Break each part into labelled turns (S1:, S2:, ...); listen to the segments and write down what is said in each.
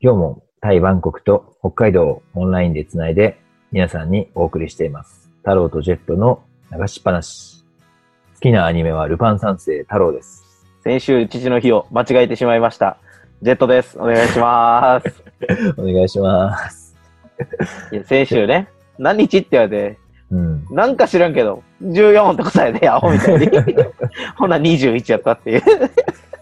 S1: 今日もタイ・バンコクと北海道をオンラインでつないで皆さんにお送りしています。太郎とジェットの流しっぱなし。好きなアニメはルパン三世太郎です。
S2: 先週、父の日を間違えてしまいました。ジェットです。お願い します。
S1: お願いします。
S2: いや、先週ね、何日って言われて、
S1: うん。
S2: なんか知らんけど、14って答えで、アホみた いに。ほな、21やったっていう。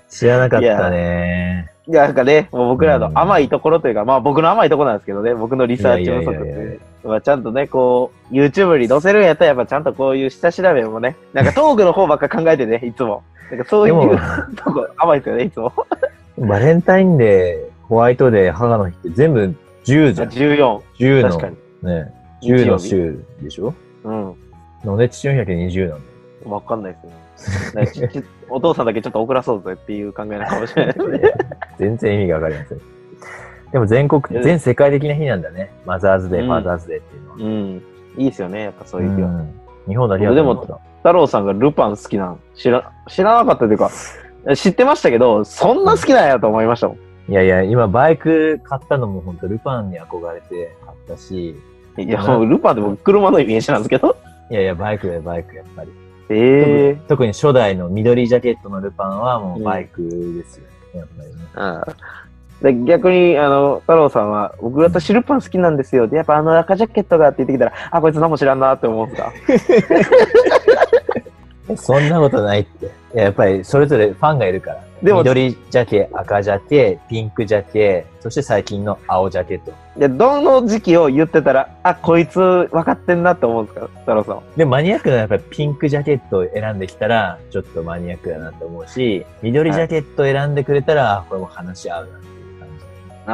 S1: 知らなかったね。
S2: いや、なんかね、もう僕らの甘いところというか、まあ僕の甘いところなんですけどね、僕のリサーチ不足って
S1: いやいやいや
S2: いう。まあちゃんとね、こう、YouTube に載せるんやったら、やっぱちゃんとこういう下調べもね、なんかトークの方ばっか考えてね、いつも。なんかそうい
S1: でも
S2: う、とこ甘いですよね、いつも。
S1: バレンタインデー、ホワイトデー、母の日って全部10じゃん。
S2: 14。
S1: 10
S2: 確かに。
S1: の、ね、10の
S2: 日曜日
S1: 週でしょ
S2: うん。
S1: ので、父の日だけ20なんだ
S2: わかんないですねち。ち お父さんだけちょっと遅らそうぜっていう考えなのかもしれないですね。
S1: 全然意味がわかりません。でも全国、
S2: いや
S1: 全世界的な日なんだね。マザーズデー、
S2: うん
S1: ファーザーズデーっていうのは。
S2: うん。いいですよね、やっぱそう
S1: う
S2: いう日は。
S1: ん日本だけだと思ってた。
S2: 太郎さんがルパン好きなん知ら、知らなかったというか、知ってましたけど、そんな好きなんやと思いましたもん。
S1: いやいや、今バイク買ったのも本当ルパンに憧れて買ったし、
S2: いや、もうルパンでも車のイメージなんですけど。
S1: いやいや、バイクだよ、バイク、やっぱり。
S2: ええ
S1: 特に初代の緑ジャケットのルパンはもうバイクですよ、やっぱりね。
S2: で逆に、あの、太郎さんは、僕、私、ルパン好きなんですよ。で、やっぱあの赤ジャケットがって言ってきたら、あ、こいつ何も知らんなって思うんですか。
S1: えそんなことないって。いややっぱりそれぞれファンがいるから。
S2: でも
S1: 緑ジャケ、赤ジャケ、ピンクジャケ、そして最近の青ジャケット。
S2: で、どの時期を言ってたら、あ、こいつ分かってんなって思うんですか、太郎さんは。
S1: で、マニアックなやっぱりピンクジャケットを選んできたら、ちょっとマニアックだなと思うし、緑ジャケットを選んでくれたら、あこれも話し合うなっていう感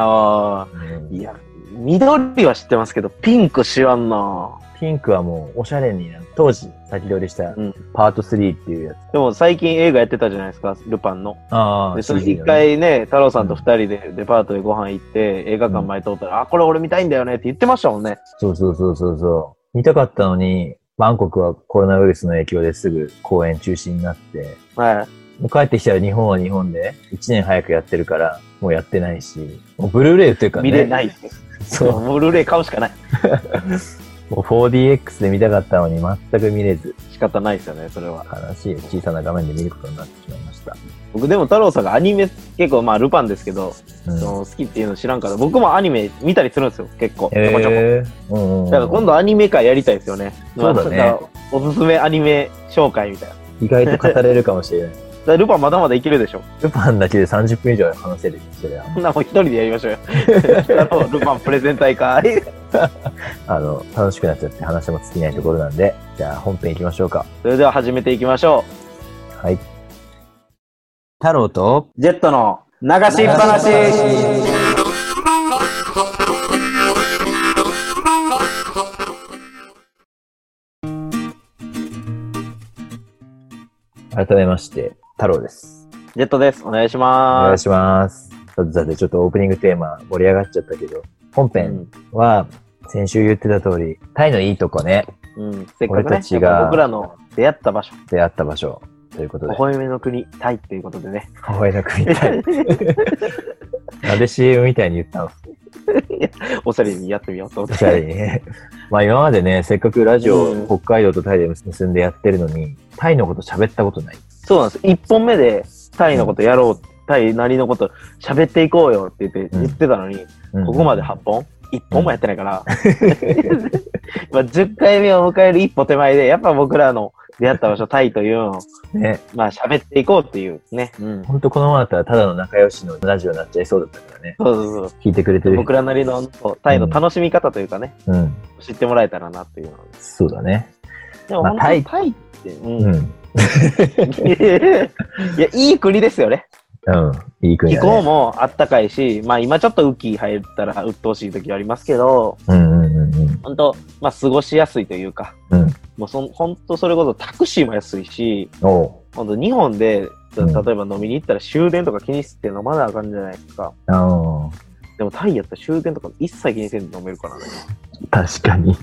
S2: ああ。
S1: じ。うん
S2: いや、緑は知ってますけど、ピンク知らんな
S1: ピンクはもうおしゃれにな当時先取りした
S2: うん
S1: パート3っていうやつ。
S2: でも最近映画やってたじゃないですか、ルパンの。
S1: あ
S2: で、それ
S1: 一
S2: 一、回ね、太郎さんと二人でデパートでご飯行って、映画館前通ったら、あ、これ俺見たいんだよねって言ってましたもんね。
S1: そうそうそうそうそう。見たかったのに、バンコクはコロナウイルスの影響ですぐ公演中止になって、
S2: はい。
S1: もう帰ってきたら日本は日本で1年早くやってるから、もうやってないし、もうブルーレイ売ってるからね。
S2: 見れないです。
S1: そう。
S2: ブルーレイ買うしかない。
S1: もう 4DX で見たかったのに全く見れず、
S2: 仕方ないですよね、それは。
S1: 悲しい小さな画面で見ることになってしまいました。
S2: 僕でも太郎さんがアニメ、結構まあルパンですけど、
S1: うん
S2: その好きっていうの知らんから、僕もアニメ見たりするんですよ、結構。ちょこちょこ。
S1: えー、うんうんうん。
S2: だから今度アニメ会やりたいですよね。
S1: そうだね
S2: なんかおすすめアニメ紹介みたいな。だか
S1: 意外と語れるかもしれない。
S2: らルパンまだまだいけるでしょ。
S1: ルパンだけで30分以上話せるよそれは。
S2: そんなもん一人でやりましょうよ。 あのルパンプレゼン大 会。
S1: あの、楽しくなっちゃって話も尽きないところなんで、じゃあ本編行きましょうか。
S2: それでは始めていきましょ
S1: はい。太郎と、
S2: う。ジェットの流しっぱなし。
S1: 改めまして、太郎です。
S2: ジェットです。お願いし
S1: お願
S2: ま
S1: い
S2: す。
S1: します。さて、ちょっとオープニングテーマ盛り上がっちゃったけど、本編は、先週言ってた通り、タイのいいとこね、
S2: うん、うんせっかく
S1: 俺
S2: ね
S1: たち、が
S2: やっぱ僕らの出会った場所、
S1: 出会った場所、ということ
S2: 微
S1: で、
S2: 笑みの国、タイっていうことでね。
S1: 母親の国タイ。なんで CM みたいに言ったの
S2: おしゃれにやってみようと思
S1: お
S2: っ
S1: しゃれ
S2: て。
S1: にね。まあ今までね、せっかくラジオ、
S2: うん
S1: 北海道とタイで結んでやってるのに、タイのこと喋ったことない。
S2: そうなんです。一本目で、タイのことやろう、タイなりのこと喋っていこうよって言って、
S1: うん
S2: 言ってたのに、
S1: うん
S2: ここまで8本 ?1 本もやってないから。 まあ10回目を迎える一歩手前で、やっぱ僕らの出会った場所、タイというのを、
S1: ね、
S2: まあ喋っていこうっていうね。うん。
S1: ほんとこのままだったらただの仲良しのラジオになっちゃいそうだったからね。
S2: そうそうそ
S1: 聞いてくれて
S2: う。
S1: る。
S2: 僕らなりのそうタイの楽しみ方というかね、
S1: うん。
S2: 知ってもらえたらなっていうので。
S1: そうだね。
S2: でも
S1: まあ
S2: 本当にタイって、
S1: う。
S2: うんん。
S1: う
S2: いや、いい国ですよね。
S1: ん。いい国
S2: 気
S1: だ
S2: 候
S1: ね。
S2: もあったかいし、まあ今ちょっと雨季入ったら鬱陶しい時はありますけど、
S1: うんうんうんうん。
S2: 本当まあ過ごしやすいというか、
S1: うん
S2: もうそん本当それこそタクシーも安いし、
S1: おう。
S2: 本当日本で、
S1: う
S2: 例え
S1: ん
S2: ば飲みに行ったら終電とか気にして飲まなあかんじゃないですか。
S1: あの
S2: でもタイやったら終電とか一切気にせんで飲めるからね。
S1: 確かに。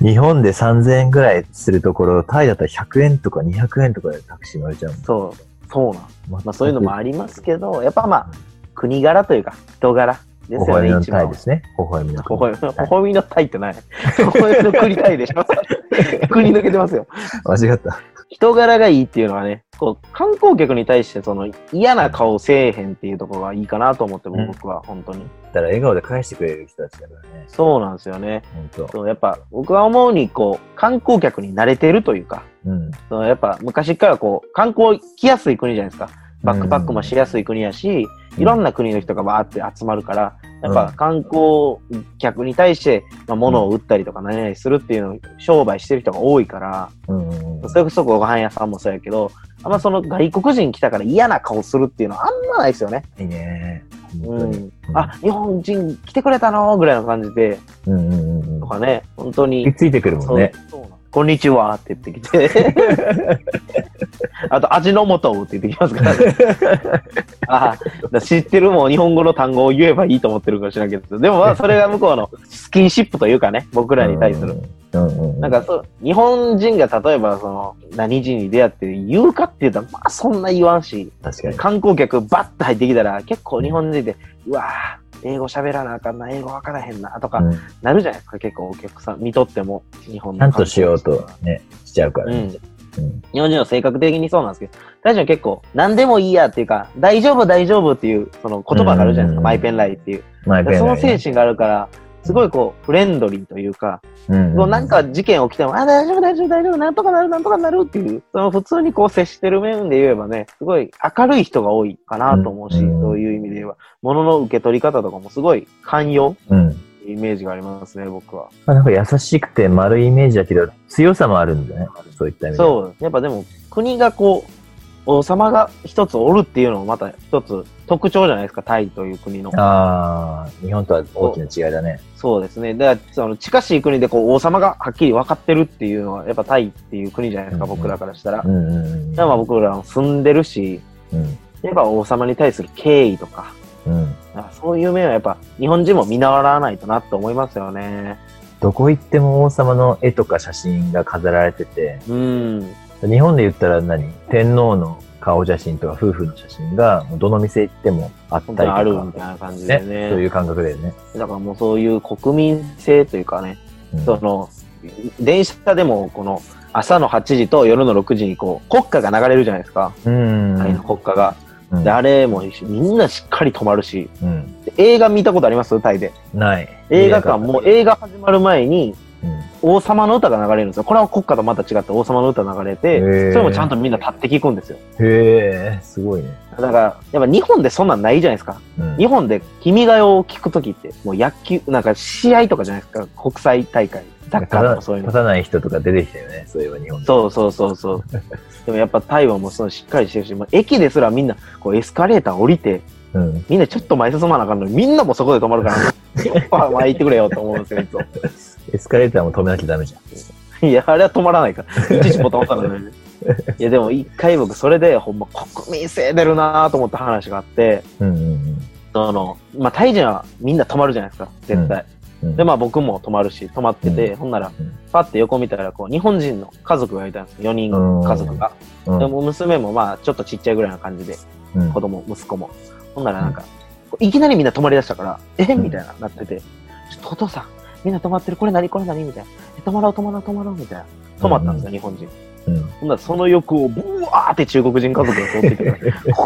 S1: 日本で3000円ぐらいするところ、タイだったら100円とか200円とかでタクシー乗れちゃうもん。
S2: そう、そうなん。まあそういうのもありますけど、やっぱまあ、国柄というか、人柄で
S1: 微
S2: すよ
S1: 笑
S2: ね、
S1: みの
S2: 一番
S1: タイ
S2: は
S1: で。すね。微笑みの
S2: 微
S1: 国。
S2: 笑み微笑みのタイってない。微笑みの国タイでしょ 国抜けてますよ。
S1: 間違った。
S2: 人柄がいいっていうのはね、こう観光客に対してその嫌な顔せえへんっていうところがいいかなと思って、
S1: うん
S2: 僕は本当に。
S1: だから笑顔で返してくれる人たちだからね。
S2: そうなんですよね。
S1: 本当。
S2: そうやっぱ僕は思うにこう観光客に慣れてるというか、
S1: うん。
S2: そのやっぱ昔からこう観光来やすい国じゃないですか。バックパックもしやすい国やし、いろんな国の人がバーって集まるから、やっぱ観光客に対して、まあ、物を売ったりとか何々するっていうのを商売してる人が多いから、
S1: うんうんうん。
S2: それこそご飯屋さんもそうやけど、あんまその外国人来たから嫌な顔するっていうのはあんまないですよね。
S1: いいね。本
S2: う
S1: 当に。
S2: ん。あ、日本人来てくれたのぐらいの感じで、
S1: うんうんうんう
S2: と
S1: ん。
S2: かね、本当
S1: ひっ
S2: に。
S1: ついてくるもんね。
S2: そうそうなんこんにちはって言ってき て。あと、味の素をって言ってきますから ね。ああだから知ってるもん、日本語の単語を言えばいいと思ってるかもしれないけど、でもまあ、それが向こうのスキンシップというかね、僕らに対する。。
S1: うんうんうん。
S2: なんかそう、日本人が例えば、その、何人に出会って言うかって言ったら、まあそんな言わんし、
S1: 確かに。
S2: 観光客バッと入ってきたら、結構日本人で、うわぁ、英語喋らなあかんな、英語わからへんな、とか、
S1: うん
S2: なるじゃないですか、結構お客さん、見とっても、日本の
S1: ちゃ
S2: 観
S1: んと
S2: 光
S1: し
S2: 客
S1: よ
S2: の
S1: う
S2: 人は。
S1: とね、しちゃうから
S2: う
S1: ねう
S2: ん。
S1: ん
S2: 日本人の性格的にそうなんですけど、大臣は結構、何でもいいやっていうか、大丈夫、大丈夫っていう、その言葉があるじゃないです
S1: う
S2: か、
S1: ん
S2: マイペンライっていう。
S1: マイペンライ
S2: そ
S1: ね
S2: の精神があるから、すごいこう、フレンドリーというか、
S1: うん
S2: もうなんか事件起きても、あ、大丈夫、大丈夫、大丈夫、なんとかなる、なんとかなるっていう、その普通にこう接してる面で言えばね、すごい明るい人が多いかなと思うし、
S1: うん
S2: そういう意味で言えば、物の受け取り方とかもすごい寛容
S1: うん。
S2: っていうイメージがありますね、僕は。
S1: まあなんか優しくて丸いイメージだけど、強さもあるんだね。そういった意味で。う。
S2: そう、やっぱでも国がこう、王様が一つおるっていうのもまた一つ特徴じゃないですか、タイという国の。
S1: ああ、日本とは大きな違いだね。
S2: そうですね。だから、その近しい国でこう王様がはっきり分かってるっていうのは、やっぱタイっていう国じゃないですか、
S1: うんうん
S2: 僕らからしたら
S1: う。んうんうん。
S2: まあ僕らも住んでるし、
S1: うん。
S2: やっぱ王様に対する敬意とか、
S1: うん。
S2: なんかそういう面はやっぱ日本人も見習わないとなって思いますよね。
S1: どこ行っても王様の絵とか写真が飾られてて、
S2: うん。
S1: 日本で言ったら何天皇の顔写真とか夫婦の写真が、もうどの店行ってもあったりと
S2: 本当に
S1: か。
S2: あるみたいな感じでね。
S1: そういう感覚だよね。
S2: だからもうそういう国民性というかね、
S1: うん
S2: その、電車でもこの朝の8時と夜の6時にこう国歌が流れるじゃないですか。
S1: うん。
S2: タイの国歌が。
S1: うん
S2: で、あれもみんなしっかり止まるし、
S1: うん。
S2: で映画見たことありますタイで。
S1: ない。
S2: 映画館も映画始まる前に
S1: うん。
S2: 王様の歌が流れるんですよ。これは国歌とまた違って王様の歌流れて、
S1: へー
S2: それもちゃんとみんな立って聞くんですよ。
S1: へえ、すごいね。
S2: だから、やっぱ日本でそんなんないじゃないですか。
S1: うん
S2: 日本で君が代を聞くときって、もう野球、なんか試合とかじゃないですか。国際大会、サッカーとかそういう
S1: 立た
S2: の。
S1: ない人とか出てきたよね、そういえば日本で。
S2: そうそうそうそう。でもやっぱ台湾もそのしっかりしてるし、もう駅ですらみんなこうエスカレーター降りて、
S1: うん。
S2: みんなちょっと前進まなあかんのに、みんなもそこで止まるから、やっぱ前行ってくれよと思うんですよ、いつも
S1: エスカレーターも止めなきゃダメじゃん。
S2: いや、あれは止まらないから。いちいちボタン押さないのに。いや、でも一回僕それでほんま国民性出るなぁと思った話があって、
S1: うんうん
S2: その、まあ、タイ人はみんな止まるじゃないですか、絶対。
S1: うん。
S2: で、
S1: も、
S2: まあ僕も泊まるし、泊まってて、
S1: う
S2: ほんなら
S1: うん、
S2: パッて横見たら、こう、日本人の家族がいたんですよ。4人家族が。
S1: うん
S2: でも、娘もまあ、ちょっとちっちゃいぐらいな感じで、
S1: うん
S2: 子供、息子も。ほんならなんか、こういきなりみんな泊まりだしたから、えみたいな、なってて、ちょっとお父さん、みんな泊まってる、これ何これ何みたいな。え泊まろう、泊まろう、泊まろう、みたいな。泊まったんですよ、日本人。
S1: うん
S2: ほんならその欲をブワーって中国人家族が通ってき て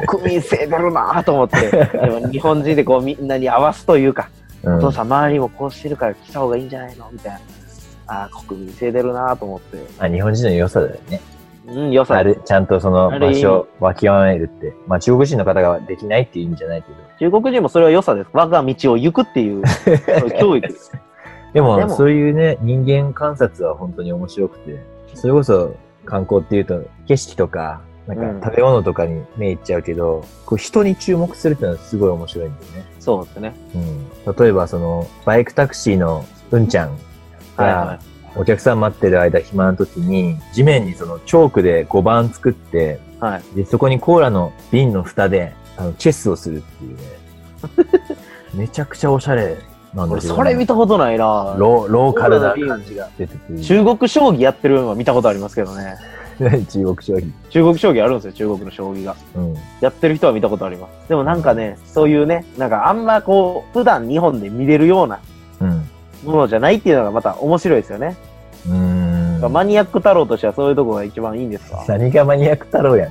S2: 国民性出るなぁと思って、でも日本人でこうみんなに合わすというか、
S1: うん。
S2: お父さん周りもこうしてるから来た方がいいんじゃないのみたいな。ああ、国民性出るなぁと思って。
S1: あ日本人の良さだよね。
S2: うん、良さ
S1: あ
S2: あ
S1: れ
S2: る。
S1: ちゃんとその
S2: ある意
S1: 場
S2: 味
S1: 所をわきまえるって。まあ中国人の方ができないっていう意味じゃないけど。
S2: 中国人もそれは良さです。我が道を行くっていう、そういう教育 です。
S1: でも
S2: でも
S1: そういうね、人間観察は本当に面白くて、それこそ観光っていうと、景色とか、な
S2: うん
S1: んか食べ物とかに目いっちゃうけど、こう人に注目するっていうのはすごい面白いんだよね。
S2: そうですね。
S1: うん、例えばそのバイクタクシーのうんちゃん
S2: はいは
S1: がお客さん待ってる間暇な時に地面にそのチョークで5番作って
S2: い。はい。
S1: でそこにコーラの瓶の蓋であのチェスをするって いうねめちゃくちゃおしゃれなんだ
S2: 俺、
S1: けどね、
S2: それ見たことないなぁ
S1: ロローカルな
S2: コーラの瓶
S1: 感じが出てて
S2: 中国将棋やってるのは見たことありますけどね。
S1: 中国商品。
S2: 中国将棋あるんですよ、中国の将棋が。
S1: うん。
S2: やってる人は見たことあります。でもなんかね、そういうね、なんかあんまこう、普段日本で見れるような
S1: うん。
S2: ものじゃないっていうのがまた面白いですよね。
S1: うーん。
S2: マニアック太郎としてはそういうとこが一番いいんですか
S1: 何がマニアック太郎 やん。い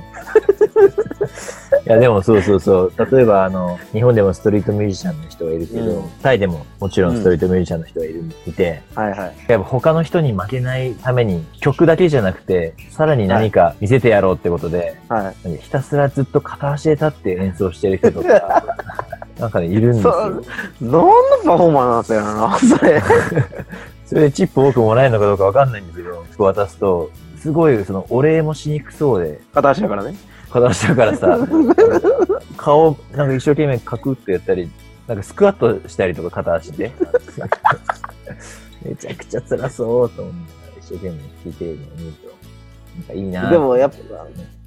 S1: や、でもそうそうそう。例えば、あの、日本でもストリートミュージシャンの人がいるけど、
S2: うん
S1: タイでももちろんストリートミュージシャンの人がいる、いて、
S2: はいはい。
S1: やっぱ他の人に負けないために曲だけじゃなくて、さらに何か見せてやろうってことで、
S2: は
S1: ひたすらずっと片足で立って演奏してる人と か、なんかね、いるんですよ。
S2: い。何のパフォーマンスやろな、それ。
S1: それでチップ多くもらえるのかどうかわかんないんですけど、渡すと、すごいそのお礼もしにくそうで、
S2: 片足だからね。
S1: 片足だから さ、顔、なんか一生懸命カクッとやったり、なんかスクワットしたりとか片足で。めちゃくちゃ辛そうと思って、一生懸命聞いてるのを見ると、なんかいいなぁ
S2: でもやっぱ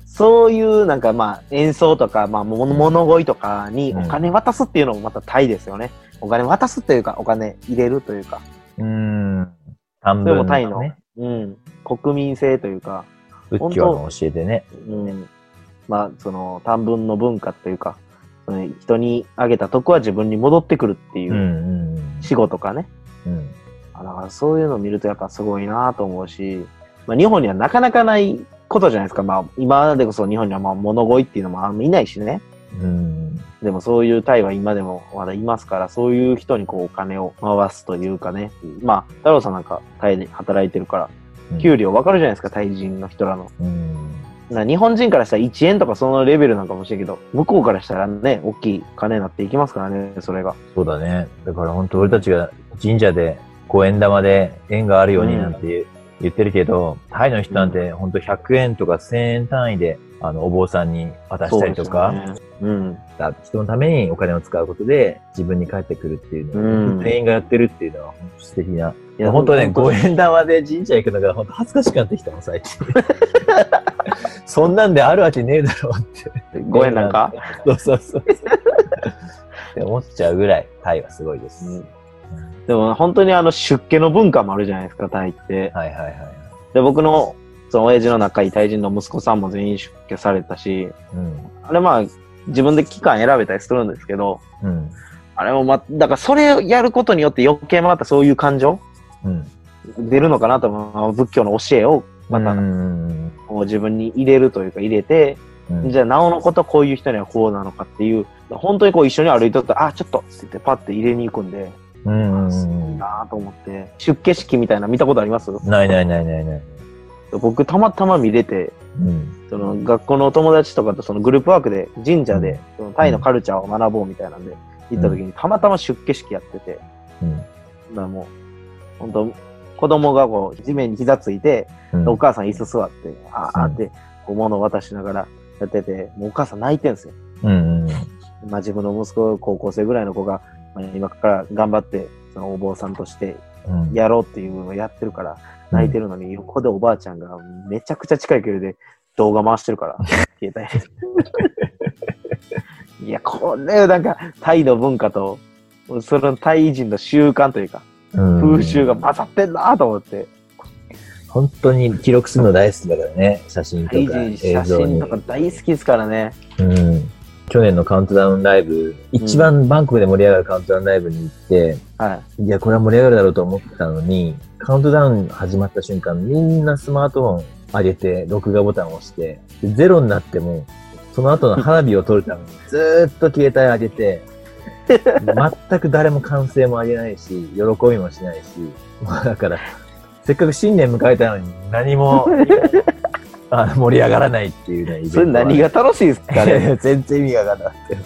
S2: そういうなんかまあ演奏とか、まあもの物乞いとかにお金渡すっていうのもまたタイですよね。お金渡すというか、お金入れるというか。
S1: うーん。半
S2: それ
S1: 分
S2: もタイの
S1: ね、
S2: うん。国民性というか、
S1: 仏教の教えでね。
S2: うん。まあ、その、短文の文化というか、その人にあげた徳は自分に戻ってくるっていううん
S1: うん
S2: 死後とかね。
S1: うん。
S2: あだからそういうのを見るとやっぱすごいなと思うし、まあ、日本にはなかなかないことじゃないですか。まあ、今までこそ日本にはまあ物乞いっていうのもあんまいないしね。
S1: うん。うん。
S2: でもそういうタイは今でもまだいますから、そういう人にこうお金を回すというかね。まあ、太郎さんなんかタイで働いてるから、給料わかるじゃないですか、タイ人の人らの。
S1: うん。
S2: な日本人からしたら1円とかそのレベルなんかもしれんけど、向こうからしたらね、大きい金になっていきますからね、それが。
S1: そうだね。だから本当俺たちが神社で五円玉で縁があるようになんて言ってるけど、タイの人なんて本当100円とか1000円単位で、あの、お坊さんに渡したりとか、
S2: そうですよね。
S1: だ人のためにお金を使うことで自分に返ってくるっていうの
S2: う
S1: を、
S2: ん
S1: 全員がやってるっていうのは本当素敵な。
S2: うん。いや
S1: 本当ね、五
S2: 円。
S1: 円玉で神社行くのが本当恥ずかしくなってきたもん、最 近。そんなんであるわけねえだろうって。
S2: 5円なんか
S1: そうそうそう。 って思っちゃうぐらい、タイはすごいです。
S2: うんでも本当にあの出家の文化もあるじゃないですか、タイって。
S1: はいはいはいはい。
S2: で、僕の、その親父の仲いいタイ人の息子さんも全員出家されたし、
S1: うん。
S2: あれまあ、自分で期間選べたりするんですけど、
S1: うん。
S2: あれもま、だからそれをやることによって余計またそういう感情
S1: うん。
S2: 出るのかなと思う。仏教の教えをまた
S1: うん。
S2: こう自分に入れるというか入れて、
S1: うん
S2: じゃあ、なおのことこういう人にはこうなのかっていう、本当にこう一緒に歩いとったら、あ、ちょっとって言ってパッて入れに行くんで、
S1: うんうん
S2: すごいなと思って、出家式みたいな見たことあります
S1: ないないないないない。
S2: 僕たまたま見れて、
S1: うん。
S2: その学校のお友達とかとそのグループワークで神社で、そのタイのカルチャーを学ぼうみたいなんで、行った時にたまたま出家式やってて、だか
S1: うん
S2: らもう、本当子供がこう地面に膝ついて、
S1: うん。
S2: お母さん椅子座って、あーあー
S1: うん
S2: って、こう物を渡しながらやってて、もうお母さん泣いてんすよ。
S1: うんうん。
S2: まあ、自分の息子、高校生ぐらいの子が、まあ、今から頑張って、そのお坊さんとして
S1: うん。
S2: やろうっていうのをやってるから、泣いてるのに、横でおばあちゃんがめちゃくちゃ近い距離で動画回してるから、 携帯で。いや、これ、なんか、タイの文化と、そのタイ人の習慣というか、
S1: うん
S2: 風習が混ざってんなと思って、
S1: 本当に記録するの大好きだからね、写真と
S2: タイ
S1: か
S2: 人
S1: 映
S2: 写
S1: 像
S2: 真
S1: に
S2: と。か大好きですからね。
S1: うん。去年のカウントダウンライブ、一番バンコクで盛り上がるカウントダウンライブに行って、
S2: はい
S1: や、これは盛り上がるだろうと思ってたのに、カウントダウン始まった瞬間、みんなスマートフォン上げて、録画ボタンを押して、でゼロになっても、その後の花火を撮るために、ずーっと携帯上げて、全く誰も歓声も上げないし、喜びもしないし、もうだから、せっかく新年迎えたのに、何も、あの盛り上がらないっていうね、イベン
S2: い。
S1: ト
S2: それ何が楽しいですか
S1: いや
S2: ね
S1: いや 全然意味がわかんなかったよ。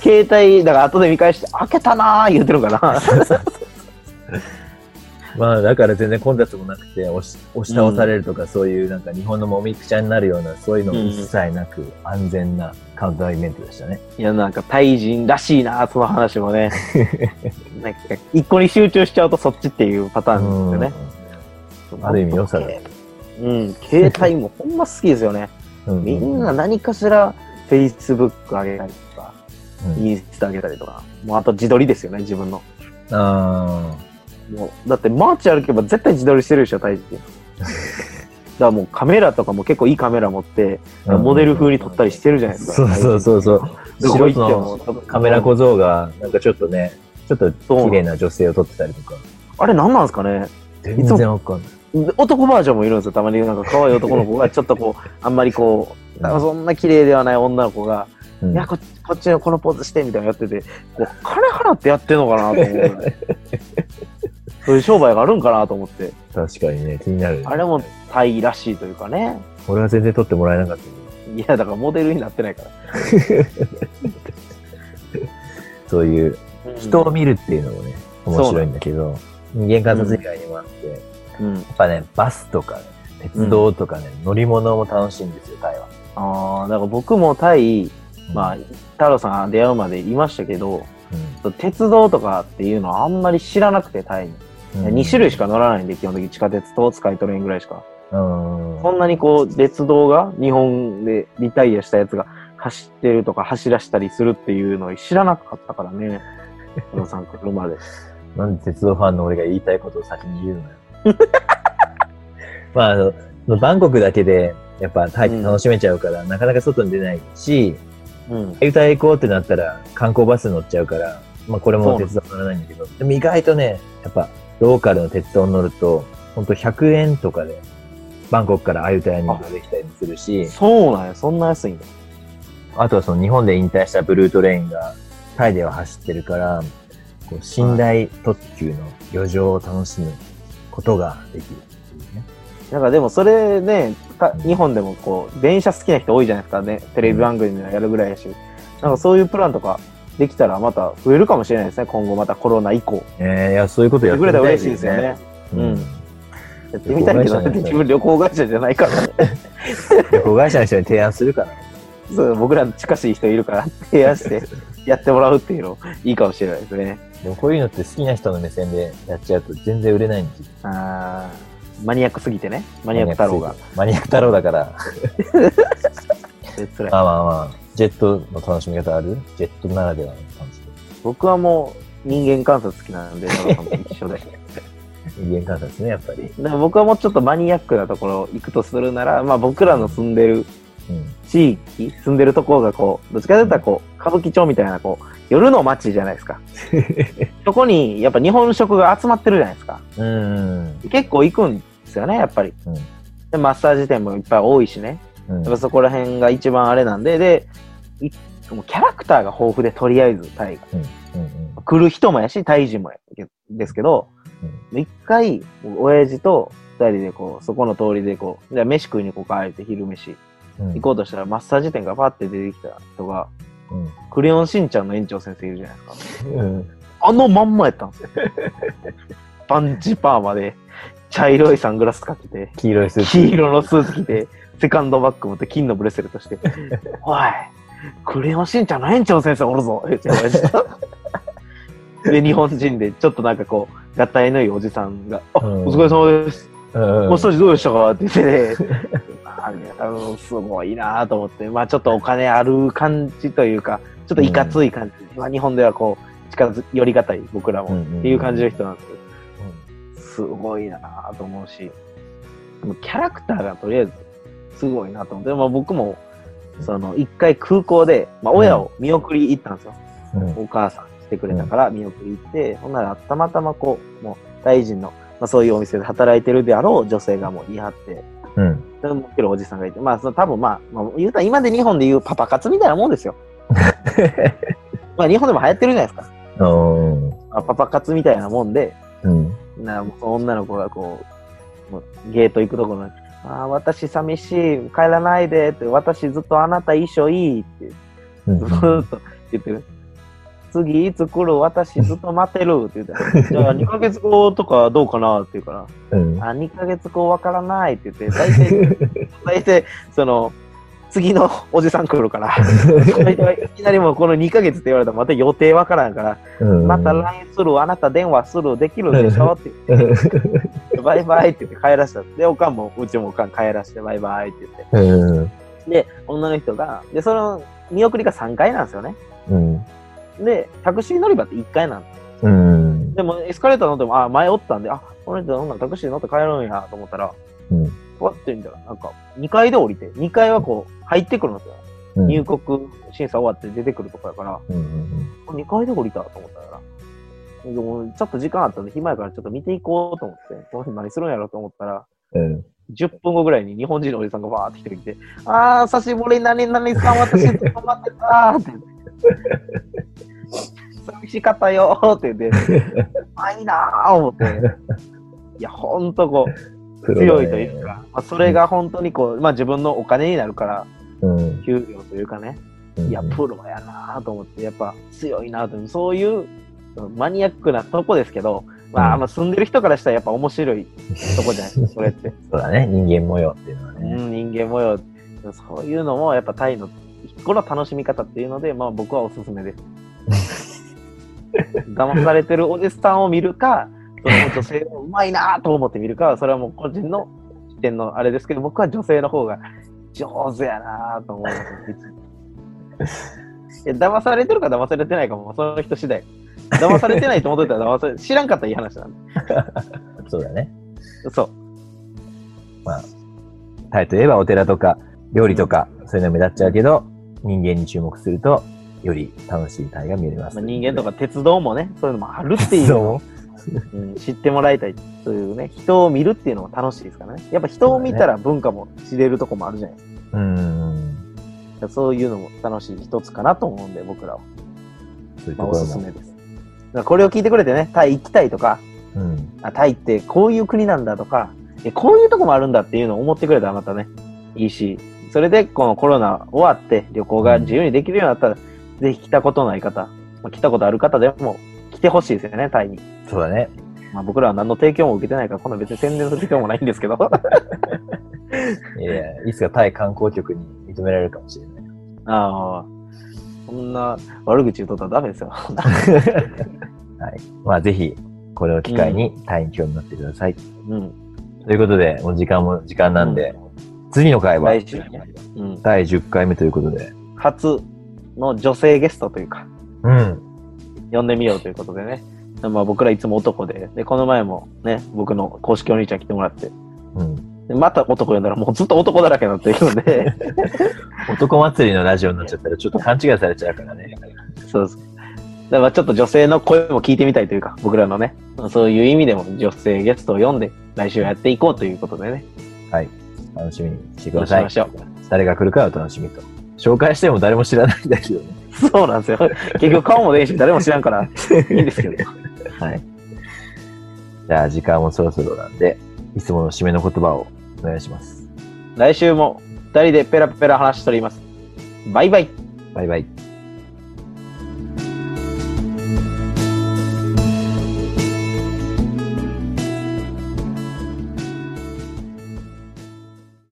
S2: 携帯、だから後で見返して、開けたなー言ってるのかな。
S1: まあだから全然混雑もなくて押し押し倒されるとか、そういうなんか日本のもみくちゃになるようなそういうのも一切なく、安全なカウントダウンイベントでしたね。
S2: いや、なんか、タイ人らしいな、その話 もね。なんか、一個に集中しちゃうとそっちっていうパターンですよね。
S1: うんある意味良さだ
S2: うん、携帯もほんま好きですよね。
S1: うん。
S2: みんな何かしら、Facebook 上げたりとか、
S1: うん
S2: インスタ上げたりとか、もうあと自撮りですよね、自分の。
S1: あ
S2: もう、だって、マーチ歩けば絶対自撮りしてるでしょ、タイ人。からもうカメラとかも結構いいカメラ持って、モデル風に撮ったりしてるじゃないです
S1: そ
S2: か。
S1: うそう
S2: う。
S1: そうそう。
S2: どこ行って
S1: 素
S2: も
S1: 人のカメラ小僧が、なんかちょっとね、ちょっと綺麗な女性を撮ってたりとか。
S2: あれ何なんですかね
S1: 全然わかんない。
S2: 男バージョンもいるんですよ。たまになんか可愛い男の子がちょっとこう、あんまりこう、なんかそんな綺麗ではない女の子が、
S1: うん
S2: いやこっち、こっちのこのポーズしてみたいなのやってて、こう金払ってやってんのかなと 思って。そういう商売があるんかなと思って。
S1: 確かにね、気になる。
S2: あれもタイらしいというかね。
S1: 俺は全然撮ってもらえなかったけど。
S2: いや、だからモデルになってないから。
S1: そういう、
S2: うん
S1: 人を見るっていうのもね、面白いんだけど、人間観察以外にもあって、や
S2: うん。
S1: っぱね、バスとかね、鉄道とかね、乗り物も楽しいんですよ、台湾。
S2: ああ、だから僕もタイ、まあ、太郎さん出会うまでいましたけど、鉄道とかっていうのはあんまり知らなくて、タイに。
S1: うん、
S2: 2種類し
S1: か。
S2: か乗らないんで、基本的に地下鉄とスカイトレインぐらいしか。
S1: うん。
S2: そんなにこう、鉄道が日本でリタイアしたやつが走ってるとか走らしたりするっていうのを知らなかったからね。 太郎さん来るまで。
S1: なんで鉄道ファンの俺が言いたいことを先に言うのよ。 まあ、あの、バンコクだけで、やっぱタイって楽しめちゃうから、なかなか外に出ないし、
S2: うん。
S1: 歌行こうってなったら観光バス乗っちゃうから、まあこれも鉄道乗らないんだけど、でも意外とね、やっぱローカルの鉄道に乗ると、ほんと100円とかで、バンコクからアユタヤに移動できたりもするし、
S2: そうなんや、そんな安いんだ。
S1: あとはその日本で引退したブルートレインがタイでは走ってるから、こう寝台特急の余剰を楽しむことができるっていうね。
S2: なんかでもそれね、た日本でもこう、電車好きな人多いじゃないですかね。テレビ番組でやるぐらいやし。なんかそういうプランとかできたらまた増えるかもしれないですね。今後またコロナ以降。
S1: えーいや、そういうことや
S2: や
S1: っ
S2: ってて
S1: み
S2: くれたら
S1: たい
S2: 嬉しいですよね。
S1: う
S2: うん
S1: ん。
S2: やってみたいけど
S1: 旅行会社
S2: ね、
S1: に
S2: 自分旅行会社じゃないから、
S1: 旅行会社の人に提案するから。
S2: そう僕らの近しい人いるから、提案してやってもらうっていうのいいかもしれないですね。
S1: でもこういうのって好きな人の目線でやっちゃうと全然売れないんですよ。
S2: あーマニアックすぎてね、マニアック太郎が。。
S1: マニアック太郎だ から。
S2: それ辛い
S1: まあまあまあ、ジェットの楽しみ方あるジェットならではの感じ
S2: 僕はもう人間観察好きなんで、太郎さんと一緒で。
S1: で。人間観察ね、やっぱり。
S2: だから僕はもうちょっとマニアックなところ行くとするなら、まあ僕らの住んでる
S1: うん。
S2: 地域、住んでるところがこう、どっちかというとこう、歌舞伎町みたいなこう、夜の街じゃな いですか。そこにやっぱ日本食が集まってるじゃないですか。
S1: うん。
S2: 結構行くんですよね、やっぱり。
S1: うん
S2: で、マッサージ店もいっぱい多いしね。
S1: うん
S2: やっぱそこら辺が一番あれなんで、で、いもうキャラクターが豊富で、とりあえず、タイが。
S1: うん
S2: 来る人もやし、タイ人もやけですけど、一回、親父と二人でこう、そこの通りでこう、じゃあ飯食いに行こうか、って昼飯
S1: うん。
S2: 行こうとしたら、マッサージ店がパッて出てきた人が、
S1: うん。
S2: クレヨンしんちゃんの園長先生いるじゃないですか。
S1: うん。
S2: あのまんまやったんですよ。パンチパーマで、茶色いサングラスかけて、
S1: 黄色いスーツ。
S2: 黄色のスーツ着て、セカンドバッグ持って金のブレスレットして、 おい、クレヨンしんちゃんの園長先生おるぞ言 って言われてで、日本人で、ちょっとなんかこう、合体のいいおじさんが、あ、
S1: うん
S2: お疲れ様です。
S1: うん。
S2: マッサージどうでしたかって言ってて、ああのすごいなと思って、まあちょっとお金ある感じというか、ちょっといかつい感じ、まあ日本ではこう、近づ寄りがたい、僕ら
S1: う
S2: も、
S1: んうん
S2: っていう感じの人なんですけど、すごいなと思うし、もうキャラクターがとりあえずすごいなと思って、まあ、僕も、その、一回空港で、まあ、親を見送り行ったんですよ。
S1: うん。
S2: お母さん来てくれたから見送り行って、ほんならたまたまこう、もう、大臣の、まあ、そういうお店で働いてるであろう女性がもう言い張って、
S1: うん。
S2: それ持ってるおじさんがいて、まあ、その多分まあ、まあ、言うたら今で日本で言うパパ活みたいなもんですよ。まあ、日本でも流行ってるじゃないですか。
S1: うん。
S2: まあパパ活みたいなもんで、
S1: うん。
S2: なもうその女の子がこう、もうゲート行くところに、ああ、私寂しい、帰らないでって、私ずっとあなた一緒いいって、ず
S1: うん。
S2: っと言ってる。次いつ来る私ずっと待ってるって言って、 じゃあ2ヶ月後とかどうかなって言うから、
S1: うん。
S2: あ、2ヶ月後わからないって言って、大体、大体、その、次のおじさん来る から、大体いきなりもうこの2ヶ月って言われたらまた予定わからんから、
S1: うん。
S2: また LINE する、あなた電話する、できるでしょってバイバイって言って帰らした。で、おかんも、うちもおかん帰らして、バイバイって言って。
S1: うん。
S2: で、女の人が、で、その、見送りが3階なんですよね。
S1: うん。
S2: で、タクシー乗り場って1階なんです。
S1: うん。
S2: でも、エスカレーター乗っても、あ、前おったんで、あ、この人、ほんならタクシー乗って帰るんや、と思ったら、
S1: うん
S2: ふわって言うんだよ。なんか、2階で降りて、2階はこう、入ってくるんですよ。
S1: うん
S2: 入国審査終わって出てくるとこやから、
S1: うんうん
S2: 2階で降りたと思ったから。でもちょっと時間あったんで、暇やからちょっと見ていこうと思って、この人何するんやろうと思ったら、
S1: うんうん。
S2: 10分後ぐらいに日本人のおじさんがバーって来てきて、あー、久しぶり、何々さん、私、捕まってたーって。 寂しかったよーって 言って、あ、いいなー思って。いや、ほんとこう、
S1: プロ
S2: 強
S1: だね
S2: いというか、まあ、それが本当にこう、まあ自分のお金になるから、
S1: うん。
S2: 給料というかね、
S1: うん
S2: いや、プロやなーと思って、やっぱ強いなーと思って、そういうマニアックなとこですけど、まあ、まあ住んでる人からしたらやっぱ面白いとこじゃないですか、それって。
S1: そうだね。人間模様っていうのは
S2: う
S1: ね。
S2: ん、人間模様そういうのもやっぱタイの一個の楽しみ方っていうので、まあ、僕はおすすめです騙されてるおじさんを見るかその女性をうまいなと思って見るかはそれはもう個人の視点のあれですけど僕は女性の方が上手やなと思いますいや騙されてるか騙されてないかもその人次第騙されてないと思ってたら騙され知らんかったらいい話なんで
S1: そうだね。
S2: そう
S1: タイといえばお寺とか料理とか、そういうの目立っちゃうけど、人間に注目すると、より楽しいタイが見れます。
S2: まあ、人間と
S1: か
S2: か鉄道もねそういうのもあるっていう
S1: そ
S2: うん、知ってもらいたいというね、人を見るっていうのも楽しいですからね。やっぱ人を見たら文化も知れるとこもあるじゃないです
S1: う。うん。
S2: か。そういうのも楽しい一つかなと思うんで、僕らは。
S1: そういうとこ
S2: まあ、お
S1: ろ
S2: すす
S1: も。
S2: めです。だからこれを聞いてくれてね、タイ行きたいとか、
S1: うん。
S2: あタイってこういう国なんだとか、えこういうとこもあるんだっていうのを思ってくれたらまたね、いいし、それでこのコロナ終わって旅行が自由にできるようになったら、ぜひ来たことない方、まあ、来たことある方でも来てほしいですよね、タイに。
S1: そうだね。
S2: まあ、僕らは何の提供も受けてないから、こんな別に宣伝する必要もないんですけど。
S1: いや、いつかタイ観光局に認められるかもしれない。
S2: ああ、そんな悪口言うとったらダメで すよ。
S1: まあ、ぜひ、これを機会にタイに興味持ってください。
S2: うん。
S1: ということで、もう時間も時間なんで、、次の回は、
S2: 来週ねうん。
S1: 第10回目ということで、
S2: 初の女性ゲストというか、
S1: うん。
S2: 呼んでみようということでね。まあ僕らいつも男で、で、この前もね、僕の公式お兄ちゃん来てもらって、
S1: うん。
S2: でまた男呼んだらもうずっと男だらけになってるの で、
S1: 男祭りのラジオになっちゃったら、ちょっと勘違いされちゃうからね。
S2: そうです。だからちょっと女性の声も聞いてみたいというか、僕らのね、そういう意味でも女性ゲストを呼んで、来週やっていこうということでね、
S1: はい。楽しみにしてく
S2: ど
S1: だ
S2: うし
S1: さい
S2: ま。しょう。
S1: 誰が来るかは楽しみと。紹介しても誰も知らないんだけどね。
S2: そうなんですよ。結局顔もねえし、誰も知らんから、いいんですけど。
S1: はい。じゃあ、時間もそろそろなんで、いつもの締めの言葉をお願いします。
S2: 来週も2人でペラペラ話しております。バイバイ。
S1: バイバイ。